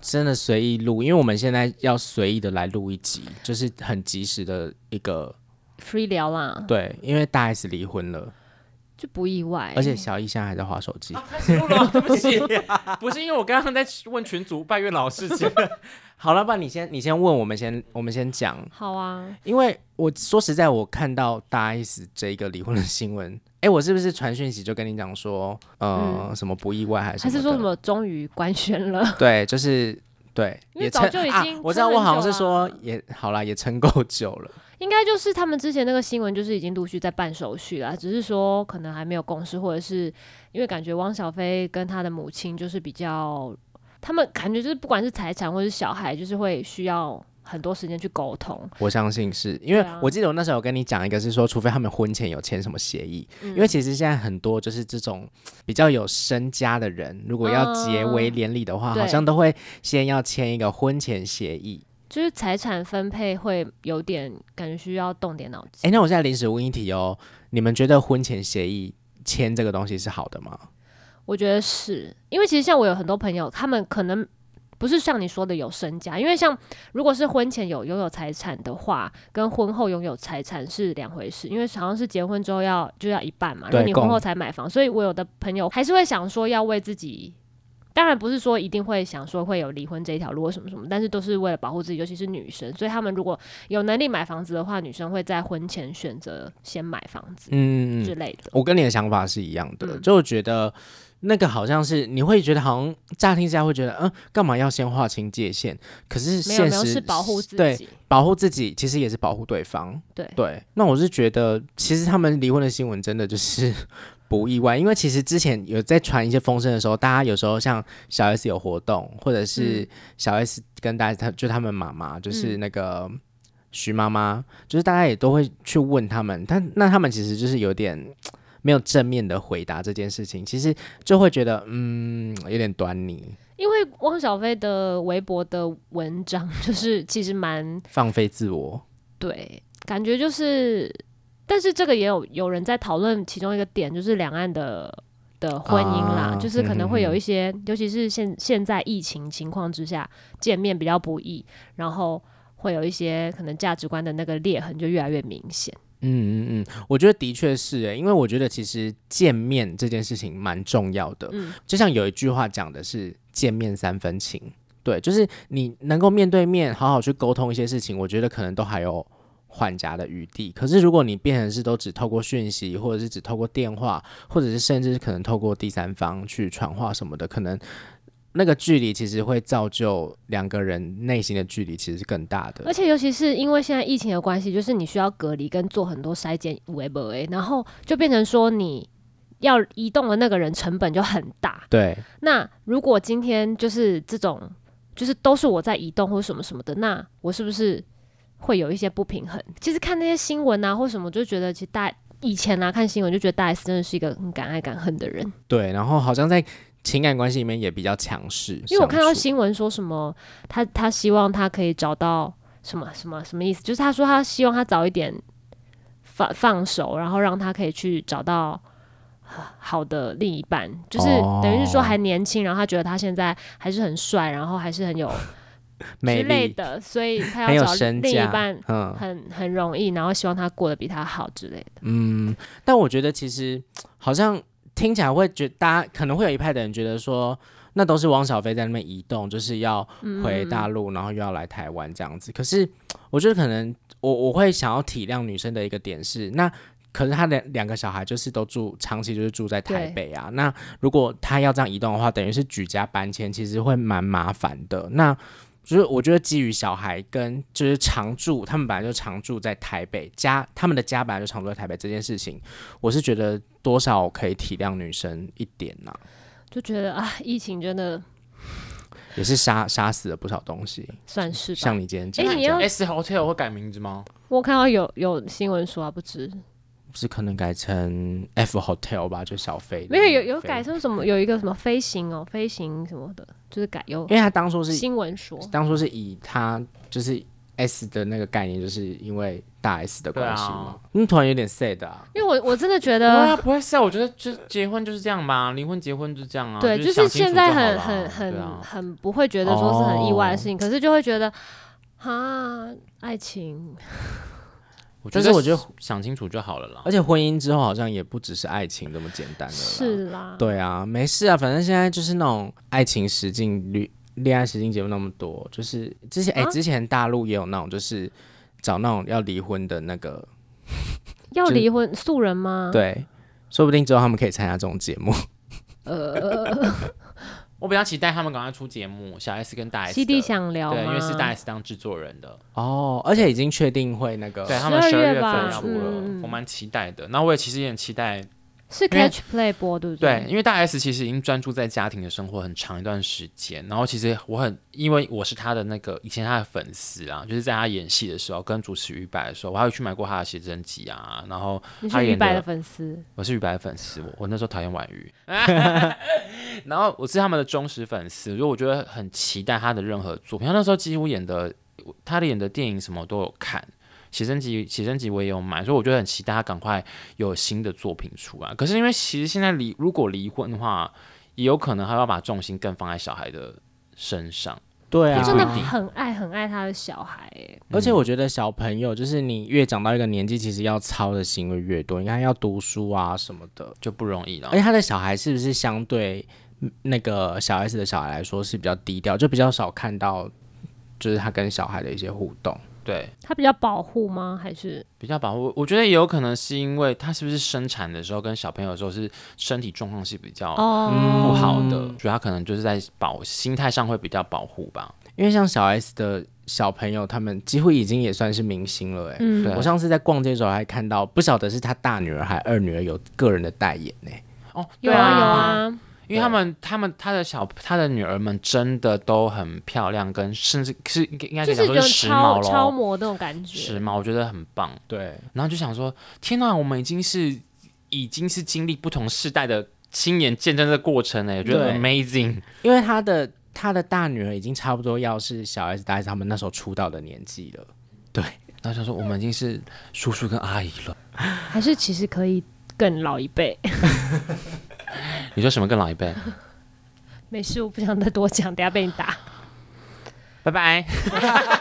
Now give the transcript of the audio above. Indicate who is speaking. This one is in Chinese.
Speaker 1: 真的随意录，因为我们现在要随意的来录一集，就是很及时的一个
Speaker 2: free 聊啦，
Speaker 1: 对，因为大 S 离婚了，
Speaker 2: 就不意外。
Speaker 1: 而且小易现在还在划手机。
Speaker 3: 开始啊录了，对不起，不是因为我刚刚在问群主拜月老事情，
Speaker 1: 好了，不然你先你先问我们先我们先讲，
Speaker 2: 好啊，
Speaker 1: 因为我说实在，我看到大 S 这一个离婚的新闻，哎、我是不是传讯息就跟你讲说，呃，什么不意外还是
Speaker 2: 嗯还是说
Speaker 1: 的
Speaker 2: 什？么终于官宣了？
Speaker 1: 对，就是对，
Speaker 2: 因为
Speaker 1: 也
Speaker 2: 早
Speaker 1: 撑
Speaker 2: 就已经
Speaker 1: 啊、我知
Speaker 2: 撑
Speaker 1: 道，我
Speaker 2: 很
Speaker 1: 好像
Speaker 2: 久
Speaker 1: 是
Speaker 2: 了
Speaker 1: 说也好啦，也撑够久了。
Speaker 2: 应该就是他们之前那个新闻，就是已经陆续在办手续啦，只是说可能还没有共识，或者是因为感觉汪小菲跟他的母亲就是比较，他们感觉就是不管是财产或是小孩，就是会需要很多时间去沟通。
Speaker 1: 我相信是因为
Speaker 2: 对啊
Speaker 1: 我记得我那时候有跟你讲一个，是说除非他们婚前有签什么协议，
Speaker 2: 嗯
Speaker 1: 因为其实现在很多就是这种比较有身家的人，如果要结为连理的话，
Speaker 2: 嗯对
Speaker 1: 好像都会先要签一个婚前协议。
Speaker 2: 就是财产分配会有点感觉需要动点脑筋。
Speaker 1: 哎、那我现在临时问一题哦，你们觉得婚前协议签这个东西是好的吗？
Speaker 2: 我觉得是因为其实像我有很多朋友，他们可能不是像你说的有身家，因为像如果是婚前有拥有财产的话，跟婚后拥有财产是两回事，因为好像是结婚之后要就要一半嘛，如
Speaker 1: 对
Speaker 2: 果你婚
Speaker 1: 共
Speaker 2: 后才买房，所以我有的朋友还是会想说要为自己。当然不是说一定会想说会有离婚这一条路或什么什么，但是都是为了保护自己，尤其是女生。所以他们如果有能力买房子的话，女生会在婚前选择先买房子
Speaker 1: 嗯，
Speaker 2: 之类的。
Speaker 1: 我跟你的想法是一样的，
Speaker 2: 嗯
Speaker 1: 就我觉得那个好像是你会觉得好像乍听之下会觉得，嗯，干嘛要先划清界限？可是
Speaker 2: 没有
Speaker 1: 嗯现
Speaker 2: 没有
Speaker 1: 实
Speaker 2: 是保护自
Speaker 1: 对
Speaker 2: 己，
Speaker 1: 保护自己，其实也是保护对方。
Speaker 2: 对
Speaker 1: 对，那我是觉得，其实他们离婚的新闻真的就是 不意外，因为其实之前有在传一些风声的时候，大家有时候像小 S 有活动，或者是
Speaker 2: 嗯
Speaker 1: 小 S 跟大家，她就他们妈妈，就是那个。
Speaker 2: 嗯
Speaker 1: 徐妈妈，就是大家也都会去问他们，但那他们其实就是有点没有正面的回答这件事情，其实就会觉得嗯有点端倪，
Speaker 2: 因为汪小菲的微博的文章， 就是其实蛮
Speaker 1: 放飞自我。
Speaker 2: 对，感觉就是，但是这个也有有人在讨论其中一个点，就是两岸的的婚姻啦，
Speaker 1: 啊
Speaker 2: 就是可能会有
Speaker 1: 嗯嗯嗯
Speaker 2: 一些，尤其是现现在疫情情况之下，见面比较不易，然后会有一些可能价值观的那个裂痕就越来越明显。
Speaker 1: 嗯嗯嗯，我觉得的确是欸耶，因为我觉得其实见面这件事情蛮重要的。
Speaker 2: 嗯
Speaker 1: 就像有一句话讲的是“见面三分情”，对，就是你能够面对面好好去沟通一些事情，我觉得可能都还有缓夹的余地。可是如果你变成是都只透过讯息，或者是只透过电话，或者是甚至可能透过第三方去传话什么的，可能那个距离其实会造就两个人内心的距离其实是更大的
Speaker 2: 而。且尤其是因为现在疫情的关系，就是你需要隔离跟做很多筛检、微博诶，然后就变成说你要移动的那个人成本就很大。
Speaker 1: 对，
Speaker 2: 那如果今天就是这种，就是都是我在移动或什么什么的，那我是不是会有一些不平衡？其实看那些新闻啊或什么，就觉得其实大以前啊看新闻就觉得大 S 真的是一个很敢爱敢恨的人，
Speaker 1: 对，然后好像在情感关系里面也比较强势相处，
Speaker 2: 因为我看到新闻说什么，他他希望他可以找到什么什么什么意思？就是他说他希望他早一点放放手，然后让他可以去找到呃好的另一半，就是
Speaker 1: 哦
Speaker 2: 等于是说还年轻，然后他觉得他现在还是很帅，然后还是 很有
Speaker 1: 美
Speaker 2: 之类
Speaker 1: 丽，
Speaker 2: 的，所以他
Speaker 1: 很有
Speaker 2: 要找
Speaker 1: 身
Speaker 2: 另一
Speaker 1: 价
Speaker 2: 半，
Speaker 1: 嗯
Speaker 2: 很很容易，然后希望他过得比他好之类的。
Speaker 1: 嗯，但我觉得其实好像听起来会觉大家可能会有一派的人觉得说，那都是汪小菲在那边移动，就是要回大陆，然后又要来台湾这样子。可是我觉得可能我我会想要体谅女生的一个点是，那可是她的两个小孩就是都住长期就是住在台
Speaker 2: 对
Speaker 1: 北啊，那如果她要这样移动的话，等于是举家搬迁，其实会蛮麻烦的。那就是我觉得基于小孩跟就是常住，他们本来就常住在台北家，他们的家本来就常住在台北这件事情，我是觉得多少可以体谅女生一点啊呐、
Speaker 2: 就觉得啊，疫情真的
Speaker 1: 也是杀杀死了不少东西，
Speaker 2: 算是吧。
Speaker 1: 像你今天讲
Speaker 2: 哎
Speaker 1: 的
Speaker 2: 你
Speaker 1: 这样，
Speaker 2: 要
Speaker 3: S Hotel 会改名字吗？
Speaker 2: 我看到有有新闻说啊，不知
Speaker 1: 是可能改成 F Hotel 吧，就小飞的
Speaker 2: 没有有
Speaker 1: 那个
Speaker 2: 有
Speaker 1: 飞
Speaker 2: 改，成什么？有一个什么飞行哦，
Speaker 3: 哎
Speaker 2: 飞行什么的，就是改有
Speaker 1: 因为他当初是
Speaker 2: 新闻说，
Speaker 1: 当初是以他就是 S 的那个概念，就是因为大 S 的关系
Speaker 3: 对啊
Speaker 1: 嘛。嗯，突然有点 sad 啊。
Speaker 2: 因为我我真的觉
Speaker 3: 对啊，
Speaker 2: 得，
Speaker 3: 不会是啊，我觉得就结婚就是这样嘛，离婚结婚就是这样啊。
Speaker 2: 对，
Speaker 3: 就
Speaker 2: 就是
Speaker 3: 想清楚
Speaker 2: 现在
Speaker 3: 就好
Speaker 2: 很
Speaker 3: 啦
Speaker 2: 很很、
Speaker 3: 对啊哦
Speaker 2: 很不会觉得说是很意外的事情，可是就会觉得，哈，爱情，
Speaker 3: 我
Speaker 1: 但是我觉得
Speaker 3: 想清楚就好了啦
Speaker 1: 而。且婚姻之后好像也不只是爱情那么简单了。，
Speaker 2: 是啦，
Speaker 1: 对啊，没事啊，反正现在就是那种爱情实境恋恋爱实境节目那么多，就是之前哎、
Speaker 2: 啊
Speaker 1: 之前大陆也有那种就是找那种要离婚的那个，
Speaker 2: 要
Speaker 1: 就
Speaker 2: 离婚素人吗？，
Speaker 1: 对，说不定之后他们可以参加这种节目。
Speaker 2: 呃
Speaker 3: 我比较期待他们赶快出节目，小 S 跟大 S 的。
Speaker 2: ，C D 想聊
Speaker 3: 对，因为
Speaker 2: 吗
Speaker 3: 是大 S 当制作人的，
Speaker 1: 哦，而且已经确定会那个，
Speaker 3: 对他们十
Speaker 2: 12
Speaker 3: 二
Speaker 2: 月
Speaker 3: 月
Speaker 2: 吧
Speaker 3: 份要出
Speaker 2: 嗯
Speaker 3: 了，我蛮期待的。那我也其实也很期待，
Speaker 2: 是
Speaker 3: 因为
Speaker 2: Catch Play 播对不
Speaker 3: 对，？因为大 S 其实已经专注在家庭的生活很长一段时间，然后其实我很，因为我是她的那个以前她的粉丝啊，就是在她演戏的时候跟主持于白的时候，我还有去买过她的写真集啊，然后
Speaker 2: 你
Speaker 3: 他
Speaker 2: 是于
Speaker 3: 演
Speaker 2: 白
Speaker 3: 的
Speaker 2: 的粉丝，
Speaker 3: 我是于白的粉丝，我我那时候讨厌婉瑜， 然后我是他们的忠实粉丝，所以我觉得很期待他的任何作品。他那时候几乎演的，他的演的电影什么都有看，写真集写真集我也有买，所以我觉得很期待他赶快有新的作品出来。可是因为其实现在离如果离婚的话，也有可能他要把重心更放在小孩的身上。
Speaker 1: 对
Speaker 2: 他
Speaker 1: 啊，
Speaker 2: 真的
Speaker 3: 不一定
Speaker 2: 很爱很爱他的小孩、欸，
Speaker 1: 而且我觉得小朋友就是你越长到一个年纪，其实要操的行为越多。你看要读书啊什么的，
Speaker 3: 就不容易了
Speaker 1: 而，且他的小孩是不是相对嗯那个小 S 的小孩来说是比较低调，就比较少看到就是他跟小孩的一些互动。
Speaker 3: 对，
Speaker 2: 他比较保护吗？还是
Speaker 3: 比较保护。我觉得也有可能是因为他是不是生产的时候跟小朋友的时候是身体状况是比较
Speaker 2: 哦、
Speaker 3: 不好的，主要可能就是在保心态上会比较保护吧。
Speaker 1: 因为像小 S 的小朋友，他们几乎已经也算是明星了哎、
Speaker 2: 嗯
Speaker 3: 对
Speaker 1: 我上次在逛街的时候还看到，不晓得是他大女儿还二女儿有个人的代言呢、
Speaker 3: 哦，
Speaker 2: 有啊有，啊，
Speaker 3: 因为他们他们他的小他的女儿们真的都很漂亮，跟甚至是应该应该
Speaker 2: 就
Speaker 3: 可以
Speaker 2: 是
Speaker 3: 讲说
Speaker 2: 有
Speaker 3: 时
Speaker 2: 超
Speaker 3: 髦
Speaker 2: 超
Speaker 3: 咯，
Speaker 2: 模那种感觉
Speaker 3: 时。髦我觉得很棒。
Speaker 1: 对，
Speaker 3: 然后就想说，天哪，我们已经是已经是经历不同世代的亲眼见证的过程哎了，我觉得
Speaker 1: 对
Speaker 3: amazing。
Speaker 1: 因为他的他的大女儿已经差不多要是小 S、大 S 他们那时候出道的年纪了。
Speaker 3: 然后想说，我们已经是叔叔跟阿姨了。
Speaker 2: 还是其实可以更老一辈。
Speaker 3: 你说什么更老一辈？
Speaker 2: 没事，我不想再多讲，等下被你打。
Speaker 3: 拜拜。